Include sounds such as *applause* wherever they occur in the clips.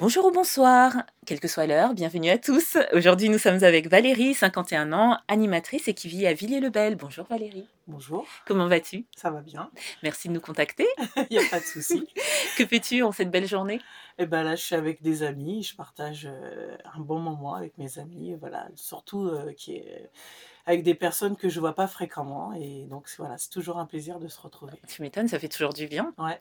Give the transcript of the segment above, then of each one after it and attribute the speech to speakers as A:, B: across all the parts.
A: Bonjour ou bonsoir, quelle que soit l'heure, bienvenue à tous. Aujourd'hui, nous sommes avec Valérie, 51 ans, animatrice et qui vit à Villiers-le-Bel. Bonjour Valérie,
B: Bonjour,
A: comment vas-tu
B: ça va bien, *laughs*
A: Merci de nous contacter.
B: il n'y a pas de souci.
A: Que fais-tu en cette belle journée
B: Et ben là, je suis avec des amis, je partage euh, un bon moment avec mes amis, voilà, surtout euh, qui est avec des personnes que je vois pas fréquemment, et donc c'est- voilà, c'est toujours un plaisir de se retrouver.
A: Tu m'étonnes, ça fait toujours du bien.
B: Ouais.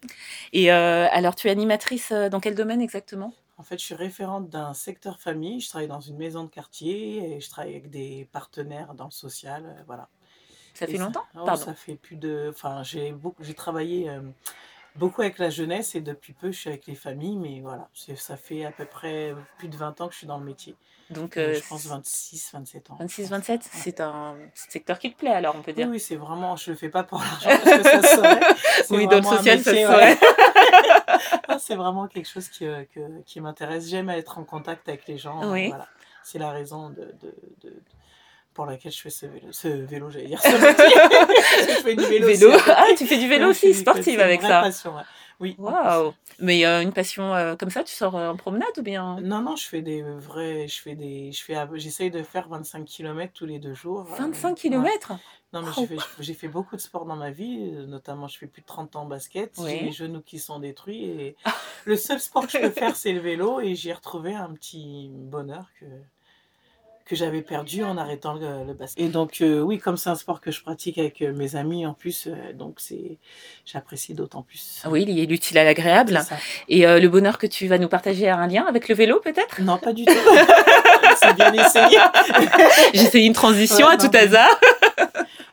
A: Et euh, alors, tu es animatrice euh, dans quel domaine exactement
B: En fait, je suis référente d'un secteur famille, je travaille dans une maison de quartier et je travaille avec des partenaires dans le social, euh, voilà.
A: Ça fait
B: Et
A: longtemps
B: oh,
A: Pardon.
B: Ça fait plus de, enfin, j'ai beaucoup, j'ai travaillé. euh, Beaucoup avec la jeunesse et depuis peu je suis avec les familles, mais voilà, c'est- ça fait à peu près plus de 20 ans que je suis dans le métier.
A: Donc,
B: Euh,
A: euh,
B: je pense 26, 27 ans.
A: 26,
B: je pense.
A: 27,
B: Ouais.
A: c'est un secteur qui te plaît alors, on peut
B: Oui,
A: dire.
B: oui, c'est vraiment, je le fais pas pour *laughs* l'argent parce que ça
A: *laughs*
B: se saurait. C'est
A: Oui, dans le
B: vraiment un
A: social, ça se
B: métier,
A: saurait.
B: ouais. Non, c'est vraiment quelque chose qui, euh, que- qui m'intéresse. J'aime être en contact avec les gens. euh,
A: Oui.
B: voilà. C'est la raison de, de- de- de- pour laquelle je fais ce vélo, ce vélo j'allais dire ce *laughs* métier. Parce que je
A: *laughs*
B: fais du vélo. aussi, à côté.
A: Ah, tu fais du vélo
B: Ouais, je
A: aussi,
B: fais du- c'est
A: sportive
B: une
A: avec
B: vraie
A: ça.
B: passion, ouais. Oui. en
A: Waouh Mais euh, une passion euh, comme ça, tu sors euh, en promenade ou bien
B: Non, non, je fais des vrais. Je fais des. Je fais. J'essaye de faire 25 km tous les deux jours. euh,
A: 25
B: ouais.
A: km
B: Non, mais j'ai fait, j'ai fait beaucoup de sports dans ma vie, euh, notamment je fais plus de 30 ans en basket,
A: Oui.
B: j'ai les genoux qui sont
A: *laughs*
B: détruits et
A: Ah.
B: le seul sport que je peux faire c'est le vélo et j'ai retrouvé un petit bonheur que, que j'avais perdu en arrêtant le, le basket. Et donc euh, oui, comme c'est un sport que je pratique avec euh, mes amis en plus, euh, donc c'est j'apprécie d'autant plus.
A: Ah Oui, il y a l'utile à l'agréable.
B: C'est ça.
A: Et euh, le bonheur que tu vas nous partager a un lien avec le vélo
B: *laughs*
A: peut-être
B: Non, pas du tout. c'est bien essayé.
A: J'ai essayé une transition
B: Ouais,
A: à tout
B: non, mais- *laughs*
A: hasard.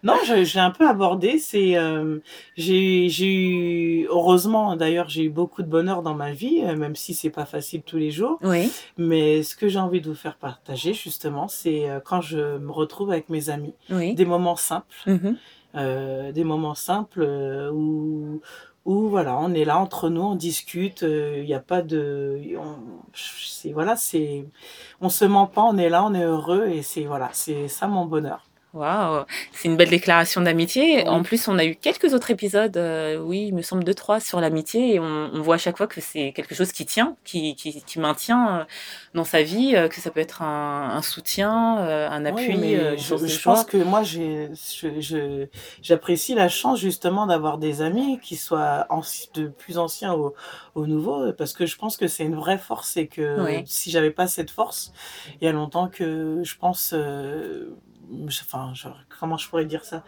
B: Non, je, je l'ai un peu abordé. C'est, euh, j'ai, j'ai eu, heureusement d'ailleurs, j'ai eu beaucoup de bonheur dans ma vie, euh, même si c'est pas facile tous les jours.
A: Oui.
B: Mais ce que j'ai envie de vous faire partager justement, c'est euh, quand je me retrouve avec mes amis,
A: Oui.
B: des moments simples,
A: Mhm.
B: euh, des moments simples euh, où, où voilà, on est là entre nous, on discute. Il n'y a pas de, on, c'est voilà, c'est, on se ment pas, on est là, on est heureux et c'est voilà, c'est ça mon bonheur.
A: Waouh, c'est une belle déclaration d'amitié.
B: Oui.
A: En plus, on a eu quelques autres épisodes, euh, oui, il me semble deux, trois, sur l'amitié. Et on, on voit à chaque fois que c'est quelque chose qui tient, qui, qui, qui maintient euh, dans sa vie, euh, que ça peut être un, un soutien, euh, un
B: Oui,
A: appui.
B: mais
A: euh,
B: je,
A: dans ses
B: je
A: choix.
B: pense que moi, j'ai- je- je- j'apprécie la chance justement d'avoir des amis qui soient anci- de plus anciens aux au nouveaux, parce que je pense que c'est une vraie force et que
A: Oui.
B: si j'avais pas cette force, il y a longtemps que je pense, euh, je- enfin, je- comment je pourrais dire ça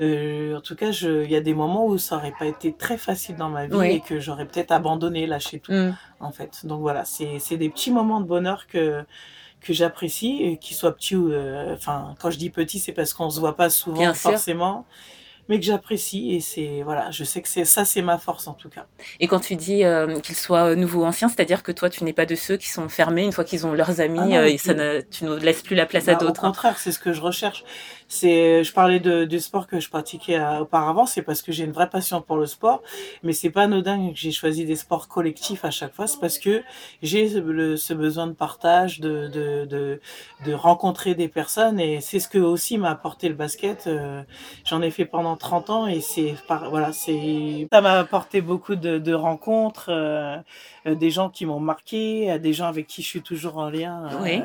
B: Euh, En tout cas, je- il y a des moments où ça aurait pas été très facile dans ma vie
A: Oui.
B: et que j'aurais peut-être abandonné, lâché tout
A: Mm.
B: en fait. Donc voilà, c'est c'est des petits moments de bonheur que que j'apprécie, et qu'ils soient petits. ou, euh, Enfin, quand je dis petits, c'est parce qu'on se voit pas souvent
A: Bien sûr.
B: forcément, mais que j'apprécie et c'est voilà, je sais que c'est ça, c'est ma force en tout cas.
A: Et quand tu dis euh, qu'ils soient nouveaux ou anciens, c'est-à-dire que toi, tu n'es pas de ceux qui sont fermés une fois qu'ils ont leurs amis,
B: Ah non,
A: euh, et
B: tu-
A: ça ne, tu ne laisses plus la place à
B: Bah, Au
A: d'autres. hein.
B: contraire, c'est ce que je recherche. C'est, je parlais de, du sport que je pratiquais euh, auparavant, c'est parce que j'ai une vraie passion pour le sport, mais c'est pas anodin que j'ai choisi des sports collectifs à chaque fois, c'est parce que j'ai ce, le- ce besoin de partage, de, de, de, de rencontrer des personnes, et c'est ce que aussi m'a apporté le basket. euh, J'en ai fait pendant 30 ans, et c'est, par- voilà, c'est, ça m'a apporté beaucoup de, de rencontres, euh, euh, des gens qui m'ont marqué, euh, des gens avec qui je suis toujours en lien. euh,
A: Oui.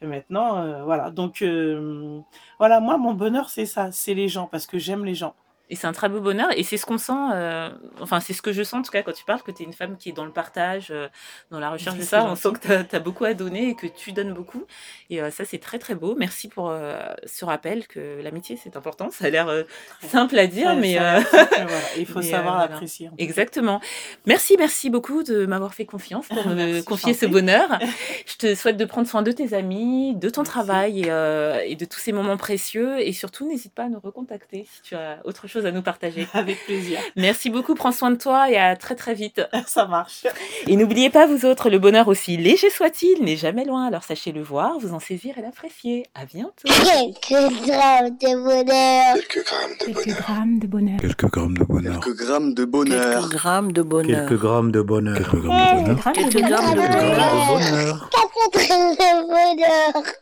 B: et maintenant, euh, voilà. Donc, euh, voilà, moi, mon bonheur, c'est ça, c'est les gens, parce que j'aime les gens.
A: Et c'est un très beau bonheur. Et c'est ce qu'on sent, euh, enfin, c'est ce que je sens en tout cas quand tu parles, que tu es une femme qui est dans le partage, euh, dans la recherche de
B: C'est
A: ça. On
B: gentil.
A: sent que tu as, beaucoup à donner et que tu donnes beaucoup. Et euh, ça, c'est très, très beau. Merci pour euh, ce rappel que l'amitié, c'est important. Ça a l'air euh, simple à dire,
B: Ouais,
A: mais.
B: ça,
A: euh,
B: c'est- voilà, Il
A: *laughs*
B: faut
A: mais, euh,
B: savoir
A: voilà.
B: l'apprécier.
A: Exactement. Merci, merci beaucoup de m'avoir fait confiance pour me
B: Ah, Merci,
A: confier
B: je t'en
A: ce
B: prie. *laughs*
A: bonheur. Je te souhaite de prendre soin de tes amis, de ton
B: Merci.
A: travail et, euh, et de tous ces moments précieux. Et surtout, n'hésite pas à nous recontacter si tu as autre choses à nous
B: *laughs*
A: partager.
B: Avec plaisir.
A: Merci beaucoup, prends soin de toi et à très très vite.
B: Ça marche.
A: Et n'oubliez pas, vous autres, le bonheur aussi léger soit-il n'est jamais loin, alors sachez le voir, vous en saisir et l'apprécier. À bientôt.
C: Quelques grammes de bonheur.
D: Quelques grammes de
E: Quelques
D: bonheur.
E: grammes de bonheur.
F: Quelques grammes de bonheur.
D: Quelques grammes de bonheur.
G: Quelques grammes de bonheur.
H: Quelques grammes de bonheur.
F: Quelques grammes de bonheur.
G: Quelques
C: Quelques
F: Quelques grammes
G: grammes de bonheur.
F: de bonheur.
C: Quatre grammes de bonheur.